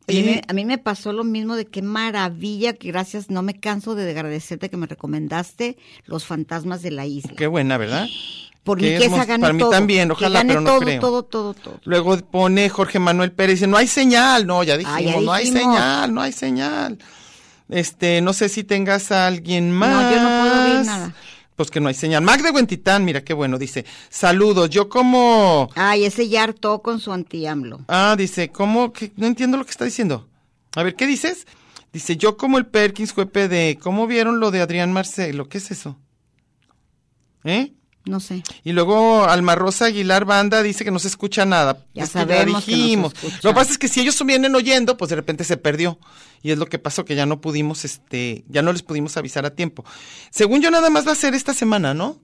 Oye, a mí- Y- a mí me pasó lo mismo de qué maravilla, que gracias, no me canso de agradecerte que me recomendaste Los Fantasmas de la Isla. Qué buena, ¿verdad? Por qué mí que esa hermoso. gane Para mí todo, también, ojalá, que gane pero no todo, creo. todo, todo, todo. Luego pone Jorge Manuel Pérez, dice, no hay señal, no, ya dijimos, Ah, ya no hay dijimos. señal, no hay señal. Este, no sé si tengas a alguien más. yo no puedo oír nada. Pues que no hay señal. Mac de Huentitán, mira qué bueno, dice, saludos, yo como... Ay, ese ya hartó con su antiamlo. Ah, dice, ¿cómo? que No entiendo lo que está diciendo. A ver, ¿qué dices? Dice, yo como el Perkins fue PD, ¿cómo vieron lo de Adrián Marcelo? ¿Qué es eso? ¿Eh? No sé. Y luego Almarrosa Aguilar Banda dice que no se escucha nada. Ya Es que sabemos que no se escucha. lo que pasa es que si ellos vienen oyendo, pues de repente se perdió. Y es lo que pasó, que ya no pudimos, este, ya no les pudimos avisar a tiempo. Según yo, nada más va a ser esta semana, ¿no?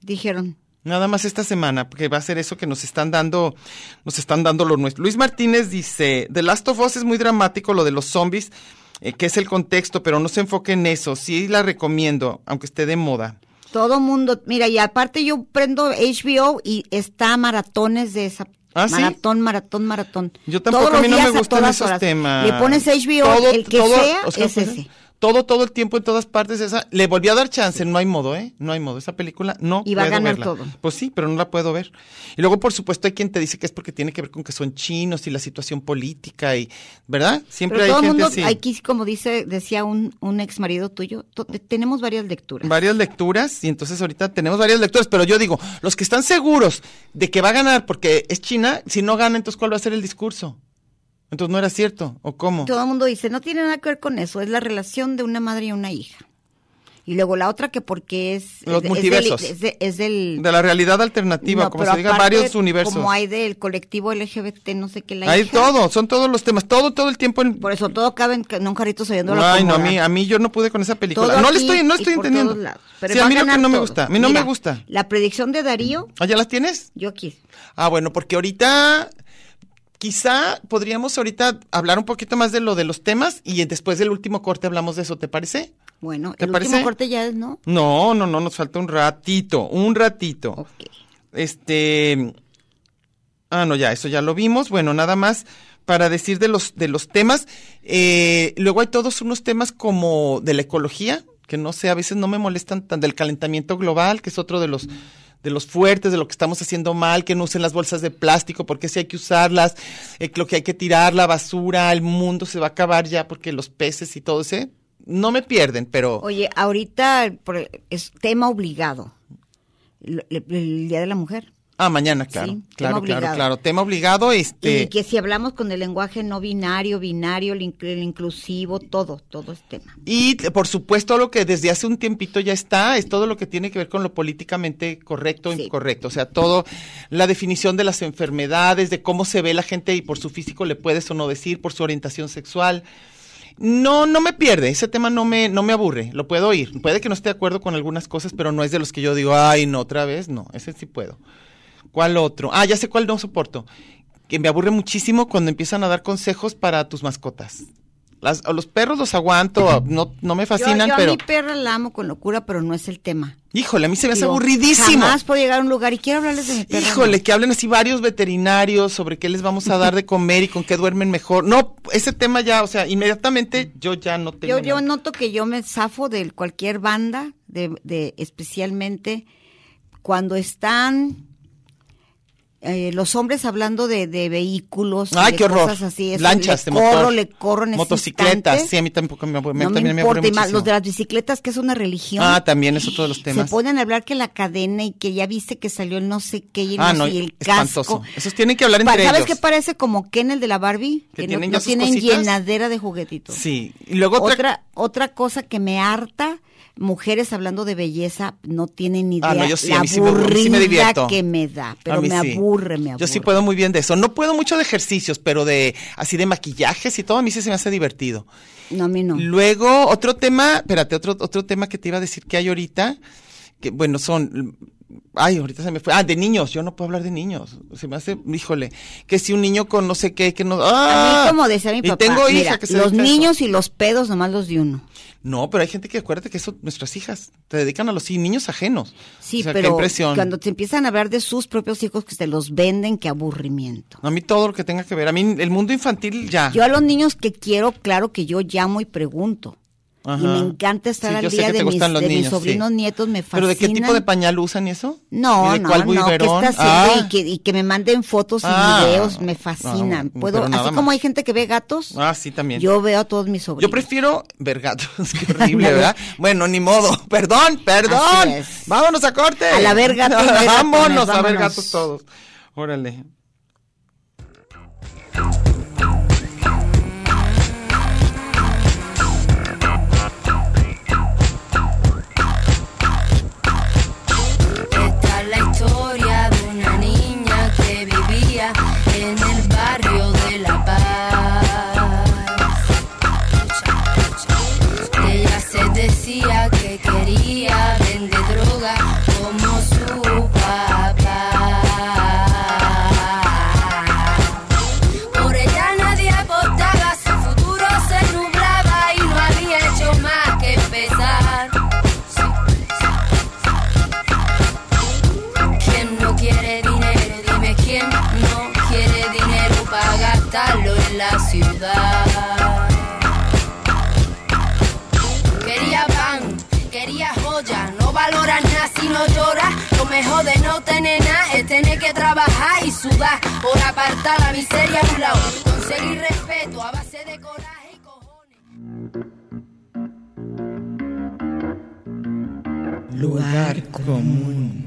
Dijeron, Nada más esta semana, porque va a ser eso que nos están dando, nos están dando lo nuestro. Luis Martínez dice, The Last of Us es muy dramático lo de los zombies, eh, que es el contexto, pero no se enfoque en eso. Sí la recomiendo, aunque esté de moda. todo mundo, mira, y aparte yo prendo HBO y está a maratones de esa. ¿Ah, sí? maratón, maratón, maratón. Yo tampoco, Todos a mí los no me días, a gustan todas esos horas. temas. Le pones HBO, el que sea, o sea, es pues, ese. Todo, todo el tiempo en todas partes. Esa, le volví a dar chance, no hay modo, ¿eh? No hay modo. Esa película no Y va a puedo ganar verla. todo. Pues sí, pero no la puedo ver. Y luego, por supuesto, hay quien te dice que es porque tiene que ver con que son chinos y la situación política y, ¿verdad? Siempre Pero hay todo el gente mundo, así. aquí, como dice, decía un, un ex marido tuyo, to- te- tenemos varias lecturas. Varias lecturas, y entonces ahorita tenemos varias lecturas, pero yo digo, los que están seguros de que va a ganar porque es China, si no gana, entonces ¿cuál va a ser el discurso? Entonces no era cierto, ¿o cómo? Todo el mundo dice, no tiene nada que ver con eso, es la relación de una madre y una hija. Y luego la otra que porque es... Los es de- multiversos. Es, del- es de- es del... De la realidad alternativa, No, como pero se diga, aparte, varios universos. Como hay del colectivo LGBT, no sé qué, la Hay hija. todo, son todos los temas, todo, todo el tiempo. En... Por eso todo cabe en, ca- en un carrito sabiendo la Ay, no, a mí, a mí yo no pude con esa película. Todo no le aquí estoy, no y estoy por entendiendo. todos lados. Pero sí, va a mí lo que ganar no me todo. gusta, a mí no Mira, me gusta. La predicción de Darío, ¿Ah, ya las tienes? yo aquí. Ah, bueno, porque ahorita quizá podríamos ahorita hablar un poquito más de lo de los temas y después del último corte hablamos de eso, ¿te parece? Bueno, ¿Te el parece? último corte ya es, ¿no? No, no, no, nos falta un ratito, un ratito. Ok. Este. Ah, no, ya, eso ya lo vimos. Bueno, nada más para decir de los, de los temas. eh, luego hay todos unos temas como de la ecología, que no sé, a veces no me molestan tan, del calentamiento global, que es otro de los de los fuertes, de lo que estamos haciendo mal, que no usen las bolsas de plástico, porque si hay que usarlas, eh, lo que hay que tirar, la basura, el mundo se va a acabar ya porque los peces y todo ese, no me pierden, pero... Oye, ahorita por- e, es tema obligado. El, el- el Día de la Mujer. Ah, mañana, claro, Sí, tema claro, claro, obligado. claro. Tema obligado, este... Y que si hablamos con el lenguaje no binario, binario, el, inc- el inclusivo, todo, todo es tema. Y t- por supuesto lo que desde hace un tiempito ya está es todo lo que tiene que ver con lo políticamente correcto e Sí. incorrecto, o sea, todo la definición de las enfermedades, de cómo se ve la gente y por su físico le puedes o no decir, por su orientación sexual. No, no me pierde, ese tema no me, no me aburre, lo puedo oír. Puede que no esté de acuerdo con algunas cosas, pero no es de los que yo digo, ay, no, otra vez, no, ese sí puedo. ¿Cuál otro? Ah, ya sé cuál no soporto. Que me aburre muchísimo cuando empiezan a dar consejos para tus mascotas. Las, a los perros los aguanto, no, no me fascinan, yo yo a pero. mi perra la amo con locura, pero no es el tema. Híjole, a mí se me hace Digo, aburridísimo. Jamás puedo llegar a un lugar y quiero hablarles de mi perro. Híjole, que hablen así varios veterinarios sobre qué les vamos a dar de comer y con qué duermen mejor. No, ese tema ya, o sea, inmediatamente yo ya no tengo. Yo, yo nada. noto que yo me zafo de cualquier banda, de, de- especialmente cuando están eh, los hombres hablando de, de vehículos, y Ay, de qué horror. cosas así. eso, Lanchas le de corro, motor. le corro en ese Motocicletas, instante. sí, a mí tampoco me, aburre- me- no me también me importa, aburre y más los de muchísimo. las bicicletas, que es una religión. Ah, también es otro de los Se temas. ponen a hablar que la cadena y que ya viste que salió el no sé qué y, el Ah, no no, sé, y el espantoso. casco. Esos tienen que hablar Pa- entre ¿Sabes qué ellos. parece como Ken el de la Barbie? Que, Que no- tienen no, ya sus tienen cositas. llenadera de juguetitos. Sí, y luego otra, Otra, otra cosa que me harta, mujeres hablando de belleza, no tienen ni idea Ah, no, yo sí, la a mí sí me- a mí sí aburrida me divierto. que me da, A pero mí me sí. aburre, me aburre. Yo sí puedo muy bien de eso. No puedo mucho de ejercicios, pero de así de maquillajes y todo a mí sí se me hace divertido. No, a mí no. Luego, otro tema, espérate, otro, otro tema que te iba a decir que hay ahorita, que bueno, son, ay, ahorita se me fue, ah, de niños, yo no puedo hablar de niños, se me hace, híjole, que si un niño con no sé qué, que no, A ah, mí, como decía mi papá, y tengo mira, hija que se los dedica a eso. niños y los pedos nomás los de uno. No, pero hay gente que acuérdate que eso, nuestras hijas, te dedican a los sí, niños ajenos. Sí, O sea, qué pero impresión. cuando te empiezan a hablar de sus propios hijos que se los venden, qué aburrimiento. A mí todo lo que tenga que ver, a mí el mundo infantil ya. Yo a los niños que quiero, claro que yo llamo y pregunto. Ajá. Y me encanta estar Sí, al yo sé día que de te mis, gustan los de mis niños, sí. sobrinos nietos, me ¿Pero fascinan. de qué tipo de pañal usan y eso? ¿Y No, de no, cuál no, que biberón? está haciendo y, Ah. que, y que me manden fotos y Ah, videos me ah, fascinan. bueno, Puedo, pero así nada como más. hay gente que ve gatos, Ah, sí, también. yo veo a todos mis sobrinos. Yo prefiero ver gatos, qué horrible, ¿verdad? Bueno, ni modo. Perdón, perdón. Así es. Vámonos a corte. A la ver gatos, ver gatones, vámonos a ver vámonos. gatos todos. Órale. Esta es la historia de una niña que vivía en el barrio de La Paz. Ella se decía que quería vender droga como su papá. Por ella nadie apostaba, su futuro se nublaba y no había hecho más que empezar. ¿Quién no quiere dinero? Dime quién no quiere dinero para gastarlo en la ciudad. Quería pan, quería joya, no valoras nada si no lloras. Lo mejor de no tener nada es tener que trabajar y sudar por apartar la miseria a un lado. Conseguir respeto a base de coraje y cojones. Lugar común.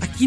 Aquí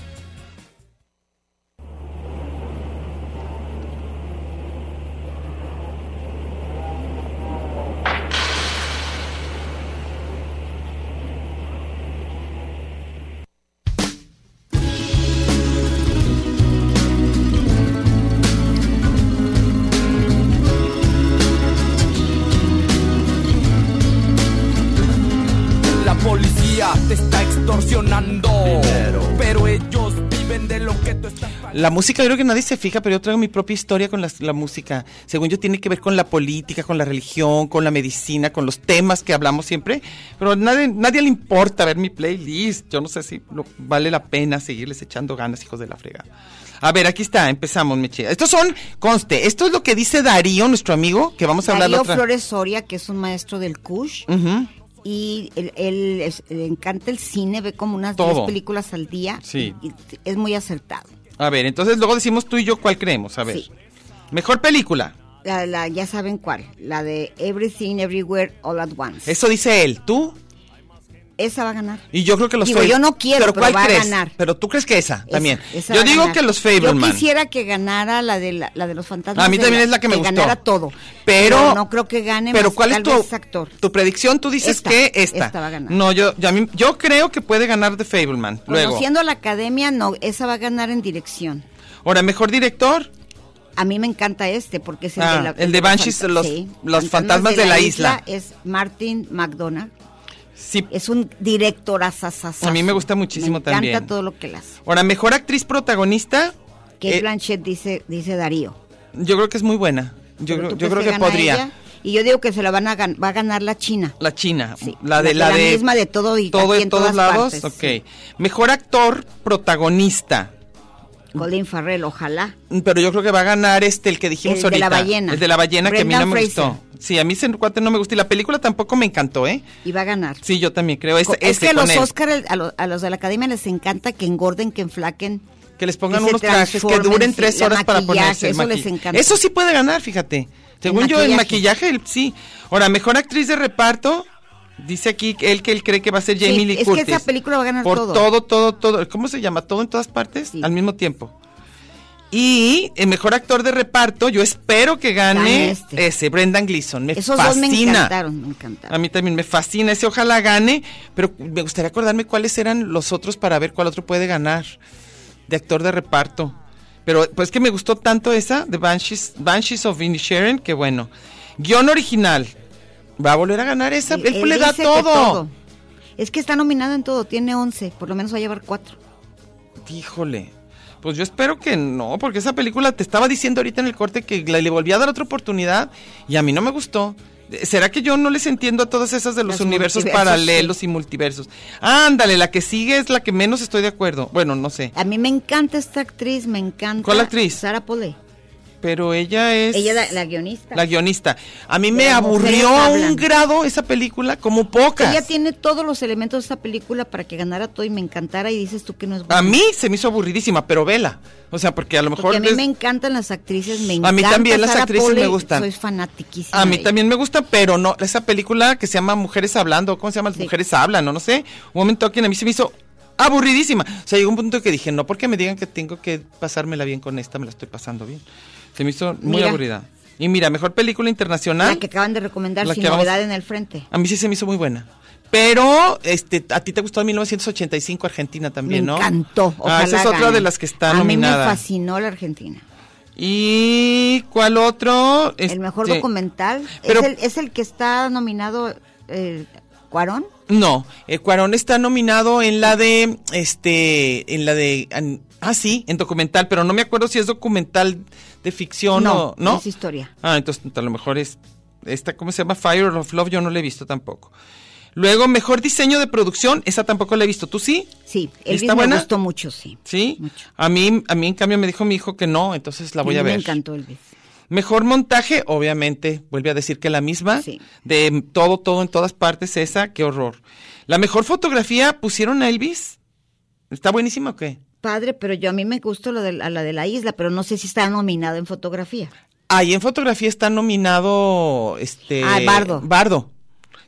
La policía te está extorsionando. Pero ellos viven de lo que tú estás pagando. La música, yo creo que nadie se fija, pero yo traigo mi propia historia con las- la, música. Según yo, tiene que ver con la política, con la religión, con la medicina, con los temas que hablamos siempre. Pero nadie, nadie le importa ver mi playlist. Yo no sé si lo- vale la pena seguirles echando ganas, hijos de la fregada. A ver, aquí está, empezamos, Meche. Estos son, conste, esto es lo que dice Darío, nuestro amigo, que vamos a hablar de Darío otra. Mm. Flores Soria, que es un maestro del Kush, Ujú. y él, él es- le encanta el cine, ve como unas Todo. 10 películas al día. Sí. Y es muy acertado. A ver, entonces luego decimos tú y yo cuál creemos. A ver. Sí. Mejor película. la, la- ya saben cuál, la de Everything Everywhere All at Once. Eso dice él, tú. Esa va a ganar. Y yo creo que los Digo, Fab- yo no quiero, pero ¿cuál va a crees? ganar. Pero tú crees que esa también. Esa- esa va yo a digo ganar. que los Yo Fableman. quisiera que ganara la de la, la de los fantasmas. A mí de también es la que me gustó. ganara todo. Pero- no creo que gane. Pero más- ¿cuál es tal tu, vez este actor? tu predicción? Tú dices Esta, que esta. esta va a ganar. No, yo, yo, a mí- yo creo que puede ganar The Fableman. Luego. Conociendo la academia, no, esa va a ganar en dirección. Ahora, mejor director. A mí me encanta este porque es Ah, la- el de Banshees, fanta- los- los fantasmas de la isla. Es Martin McDonagh. Sí. Es un director A mí me gusta muchísimo Me también. encanta todo lo que él hace. Ahora, mejor actriz protagonista. Que eh, Blanchett dice, dice Darío. yo creo que es muy buena. Pero Yo, creo- ¿tú yo crees creo que gana podría. ella? Y yo digo que se la van a gan- va a ganar la China. La china, Sí, la de la- la, la de misma de todo y todo aquí en en todos todas lados, partes, ok. sí. Mejor actor protagonista. Colin Farrell, ojalá. Pero yo creo que va a ganar este el que dijimos El de la ahorita, ballena. el de la ballena que a mí Brendan no Fraser. me gustó. Sí, a mí ese cuate no me gusta y la película tampoco me encantó, ¿eh? Y va a ganar. Sí, yo también creo Co- este, es este que a con los él. Oscar, a, lo- a los de la academia les encanta que engorden, que enflaquen. que les pongan que se unos trajes que transformen, duren sí, tres la horas para maquillaje, ponerse el eso les maquillaje. encanta. Eso sí puede ganar, fíjate. Según yo, el maquillaje maquillaje. el- sí. Ahora, mejor actriz de reparto. Dice aquí él que él cree que va a ser Jamie Sí, Lee es que Curtis. esa película va a ganar Por todo. todo, todo, todo. ¿Cómo se llama? Todo en todas partes Sí. al mismo tiempo. Y el mejor actor de reparto, yo espero que gane Gane este. ese, Brendan Gleeson. Me Esos dos fascina. me encantaron, me encantaron. A mí también me fascina ese, ojalá gane, pero me gustaría acordarme cuáles eran los otros para ver cuál otro puede ganar de actor de reparto. Pero pues que me gustó tanto esa de Banshees, Banshees of Inisherin, que bueno. Guión original. Va a volver a ganar esa, Sí, él, le da dice que todo. Es que está nominado en todo, tiene 11, por lo menos va a llevar 4. Híjole. Pues yo espero que no, porque esa película te estaba diciendo ahorita en el corte que la- le volví a dar otra oportunidad y a mí no me gustó. Eh, ¿Será que yo no les entiendo a todas esas de los, Los universos multiversos, paralelos y multiversos? Ándale, la que sigue es la que menos estoy de acuerdo. Bueno, no sé. A mí me encanta esta actriz, me encanta. ¿Cuál actriz? Sara Pole. Pero ella es... Ella la, la guionista. la guionista. A mí me las mujeres aburrió a un hablan. grado esa película, como pocas. Ella tiene todos los elementos de esta película para que ganara todo y me encantara y dices tú que no es buena. A mí se me hizo aburridísima, pero vela. O sea, porque a lo mejor... Porque a mí des- me encantan las actrices, me A encanta mí también las Sarah actrices me Polley, gustan. Soy fanatiquísima. A mí de ella. también me gusta, pero no, esa película que se llama Mujeres Hablando, ¿cómo se llama? Sí. Mujeres Hablan, no, no sé. Woman Talking, a mí se me hizo aburridísima. O sea, llegó un punto que dije, no, porque me digan que tengo que pasármela bien con esta, me la estoy pasando bien. Se me hizo muy Mira. aburrida. Y mira, mejor película internacional. La que acaban de recomendar La sin que vamos- novedad en el frente. A mí sí se me hizo muy buena. Pero este, a ti te gustó 1985 Argentina también, me ¿no? encantó. Ah, esa ojalá es otra gane. de las que está a nominada. mí me fascinó la Argentina. ¿Y cuál otro? el mejor Este, documental pero- es, el, es el que está nominado eh, Cuarón. No, eh, Cuarón está nominado en la de, este, en la de, an- ah sí, en documental, pero no me acuerdo si es documental de ficción o no. es historia. Ah, entonces a lo mejor es esta, ¿cómo se llama? Fire of Love, yo no la he visto tampoco. Luego, mejor diseño de producción, esa tampoco la he visto. ¿Tú sí? Sí, ¿Y Elvis está me buena? gustó mucho, sí. Sí. Mucho. A mí, a mí en cambio me dijo mi hijo que no, entonces la voy a mí ver. Me encantó Elvis. Mejor montaje, obviamente, vuelve a decir que la misma, Sí. de todo, todo en todas partes, esa, qué horror. La mejor fotografía pusieron a Elvis. ¿Está buenísima o qué? Padre, pero yo a mí me gustó lo de, a la de la isla, pero no sé si está nominado en fotografía. Ahí en fotografía está nominado este Ah, Bardo. Bardo.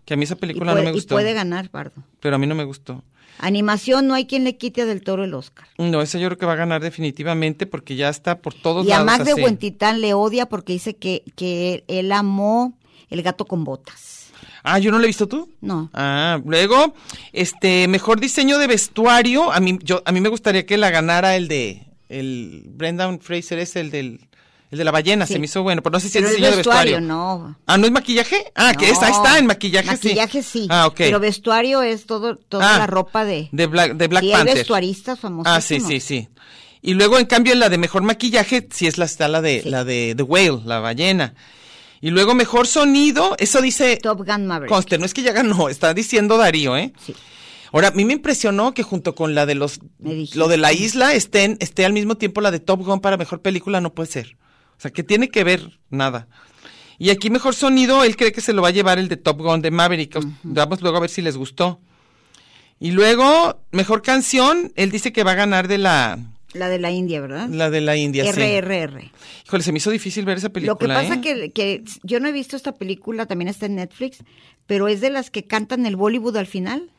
Que a mí esa Y película puede, no y me gustó. puede ganar, Bardo. Pero a mí no me gustó. Animación, no hay quien le quite a del toro el Oscar. No, esa yo creo que va a ganar definitivamente porque ya está por todos Y a lados. Mac de así. Huentitán le odia porque dice que, que él amó el gato con botas. Ah, yo no la he visto tú. No. Ah, luego, este, mejor diseño de vestuario. A mí, yo, a mí me gustaría que la ganara el de el Brendan Fraser es el del el de la ballena, Sí. se me hizo bueno, pero no sé si Pero es el diseño de vestuario. vestuario, no. Ah, ¿no es maquillaje? Ah, que es, ahí No. está, en maquillaje, Maquillaje sí. sí. Ah, ok. Pero vestuario es todo, toda Ah, la ropa de... De Black, de Black Sí, hay Panther. vestuaristas famosos. ah, sí, sí, sí. Y luego, en cambio, en la de mejor maquillaje, sí es la, está la de, la de The Whale, la ballena. Y luego, mejor sonido, eso dice, Top Gun Maverick. conste, no es que ya ganó, está diciendo Darío, ¿eh? Sí. Ahora, a mí me impresionó que junto con la de los Me dijiste. lo de la isla estén, esté al mismo tiempo la de Top Gun para mejor película, no puede ser. O sea, que tiene que ver nada. Y aquí mejor sonido, él cree que se lo va a llevar el de Top Gun de Maverick. Vamos luego a ver si les gustó. Y luego, mejor canción, él dice que va a ganar de la La de la India, ¿verdad? La de la India, sí. RRR. Híjole, se me hizo difícil ver esa película. Lo que pasa ¿eh? que, que yo no he visto esta película, también está en Netflix, pero es de las que cantan el Bollywood al final.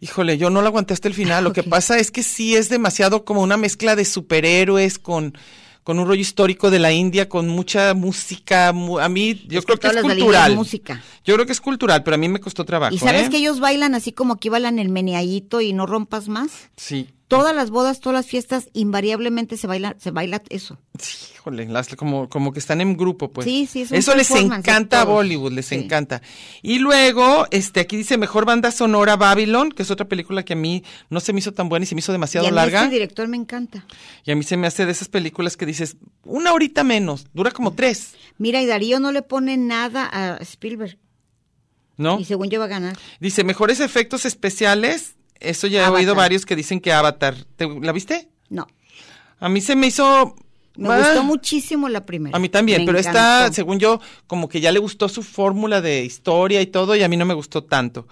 Híjole, yo no la aguanté hasta el final. Lo Ok. que pasa es que sí es demasiado como una mezcla de superhéroes con, con un rollo histórico de la India, con mucha música. mu- A mí, yo Es que creo que todas es las de la India es cultural. música. Yo creo que es cultural, pero a mí me costó trabajo. Y sabes ¿eh? que ellos bailan así como que bailan el meneadito y no rompas más. Sí. Todas las bodas, todas las fiestas, invariablemente se baila, se baila eso. Sí, híjole, las- como, como que están en grupo, pues. Sí, sí, es un Eso les performance de encanta a todos. Bollywood, les Sí. encanta. Y luego, este, aquí dice mejor banda sonora Babylon, que es otra película que a mí no se me hizo tan buena y se me hizo y demasiado a mí larga. este director me encanta. Y a mí se me hace de esas películas que dices, una horita menos, dura como tres, Mira, y Darío no le pone nada a Spielberg. ¿no? Y según yo va a ganar. Dice, mejores efectos especiales. Eso ya he oído Avatar. varios que dicen que Avatar. ¿Te- ¿La viste? No. A mí se me hizo... Me Ah, gustó muchísimo la primera. A mí también, Me pero esta, encantó. según yo, como que ya le gustó su fórmula de historia y todo, y a mí no me gustó tanto.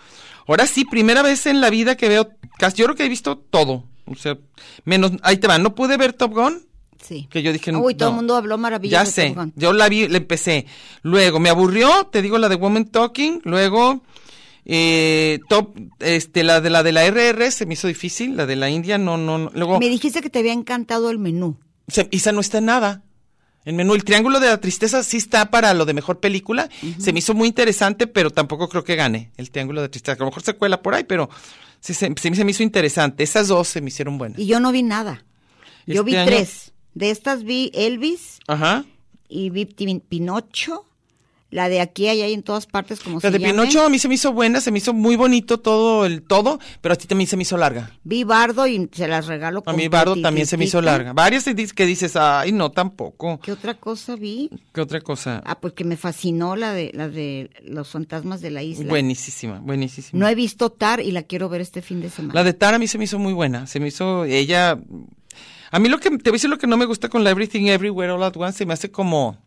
Ahora sí, primera vez en la vida que veo, casi- yo creo que he visto todo. O sea, menos, ahí te va, no pude ver Top Gun, Sí. que yo dije Uy, todo el no. mundo habló maravilloso. Ya de sé, Top Gun. yo la vi, la empecé. Luego me aburrió, te digo la de Woman Talking, luego eh, top, este, la de la de la RR se me hizo difícil, la de la India no, no, no. luego Me dijiste que te había encantado el menú. se- esa no está en nada. En menú, el Triángulo de la Tristeza sí está para lo de mejor película. Se me hizo muy interesante, pero tampoco creo que gane el Triángulo de Tristeza. A lo mejor se cuela por ahí, pero sí se, sí se me hizo interesante. Esas dos se me hicieron buenas. Y yo no vi nada. Yo Este vi año- tres. De estas vi Elvis Ajá. y vi Pin- Pinocho. La de aquí, allá y en todas partes, como La se de llame. Pinocho a mí se me hizo buena, se me hizo muy bonito todo el todo, pero a ti también se me hizo larga. Vi Bardo y se las regalo. A mí Bardo también se me hizo completitita. larga. Varias que dices- que dices, ay, no, tampoco. ¿Qué otra cosa vi? ¿Qué otra cosa? Ah, porque me fascinó la de, la de los fantasmas de pues, la isla. Buenísima, buenísima. No he visto Tar y la quiero ver este fin de semana. La de Tara a mí se me hizo muy buena. Se me hizo ella. A mí lo que te voy a decir lo que no me gusta con la Everything Everywhere All at Once se me hace como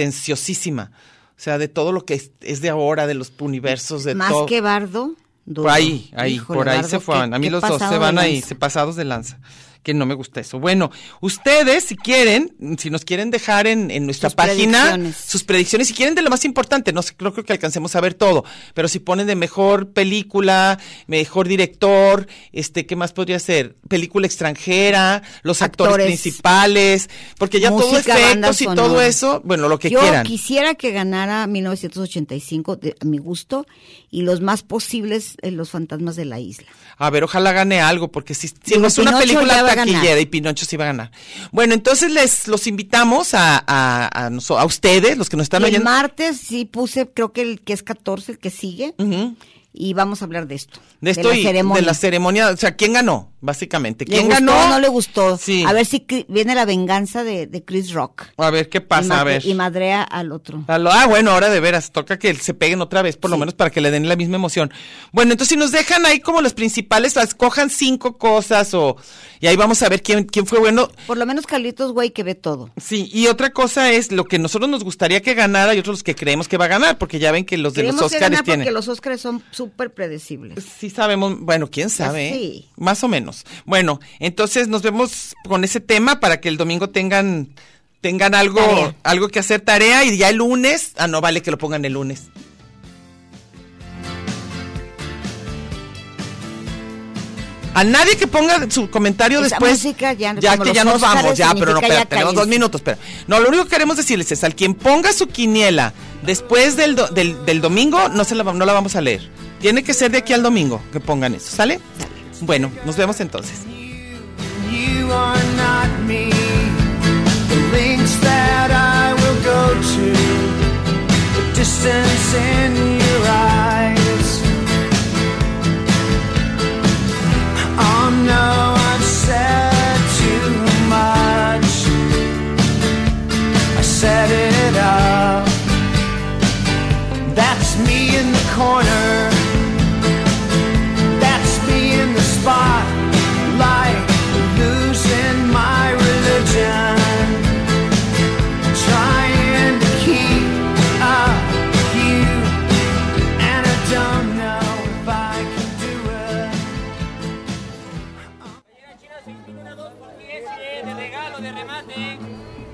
pretenciosísima. O sea, de todo lo que es, es de ahora, de los universos, de Más todo. que Bardo. duro. Por ahí, ahí, Híjole, por ahí Bardo, se fueron. qué- A mí qué los dos pasado se de van ahí, lanza. se pasados de lanza. Que no me gusta eso. Bueno, ustedes, si quieren, si nos quieren dejar en, en nuestra Sus página predicciones. sus predicciones, si quieren de lo más importante, no sé, no creo que alcancemos a ver todo, pero si ponen de mejor película, mejor director, este, ¿qué más podría ser? Película extranjera, los actores, Actores. principales, porque ya Música, todo banda efectos y todo sonora. eso, bueno, lo que Yo quieran. quisiera que ganara 1985 de- a mi gusto y los más posibles eh, los fantasmas de la isla. A ver, ojalá gane algo, porque si, si Digo, no es una Pinocho ya película va a ganar. taquillera y Pinocho sí va a ganar. Bueno, entonces les los invitamos a, a, a, noso- a ustedes, los que nos están Y el oyendo. martes sí puse, creo que el que es 14, el que sigue, Ujú. y vamos a hablar de esto. Mm. De esto la y ceremonia. de la ceremonia, o sea, ¿quién ganó? Básicamente, ¿Le ¿quién gustó ganó? o no le gustó? Sí. A ver si cri- viene la venganza de, de Chris Rock. A ver qué y, pasa, ma- a ver. y madrea al otro. A lo- Ah, bueno, ahora de veras, toca que se peguen otra vez, por lo Sí. menos para que le den la misma emoción. Bueno, entonces si nos dejan ahí como los principales, las cojan cinco cosas o... Y ahí vamos a ver quién, quién fue bueno. Por lo menos Carlitos Güey que ve todo. Sí, y otra cosa es lo que nosotros nos gustaría que ganara y otros los que creemos que va a ganar, porque ya ven que los de los Creemos que Oscars ganar tienen. porque los Oscars son súper predecibles. Sí sabemos, bueno, quién sabe, ¿eh? Pues Sí. más o menos. Bueno, entonces nos vemos con ese tema para que el domingo tengan tengan algo Tarea. algo que hacer tarea y ya el lunes, ah no, vale que lo pongan el lunes. A nadie que ponga su comentario Esa después. música ya- como que los ya nos Óscares vamos, ya, pero no, significa ya espera, tenemos dos cállense. minutos, espera. No, lo único que queremos decirles es al quien ponga su quiniela después del, do- del, del domingo, no, se la, va- no la vamos a leer. Tiene que ser de aquí al domingo que pongan eso, ¿sale? Bueno, nos vemos entonces. You are not me. The links that I will go to, the distance in your eyes. Oh no, I've said too much. I set it up. That's me in the corner. That's me in the spotlight, losing my religion. Trying to keep up with you, and I don't know if I can do it. China, 6.1 por 10,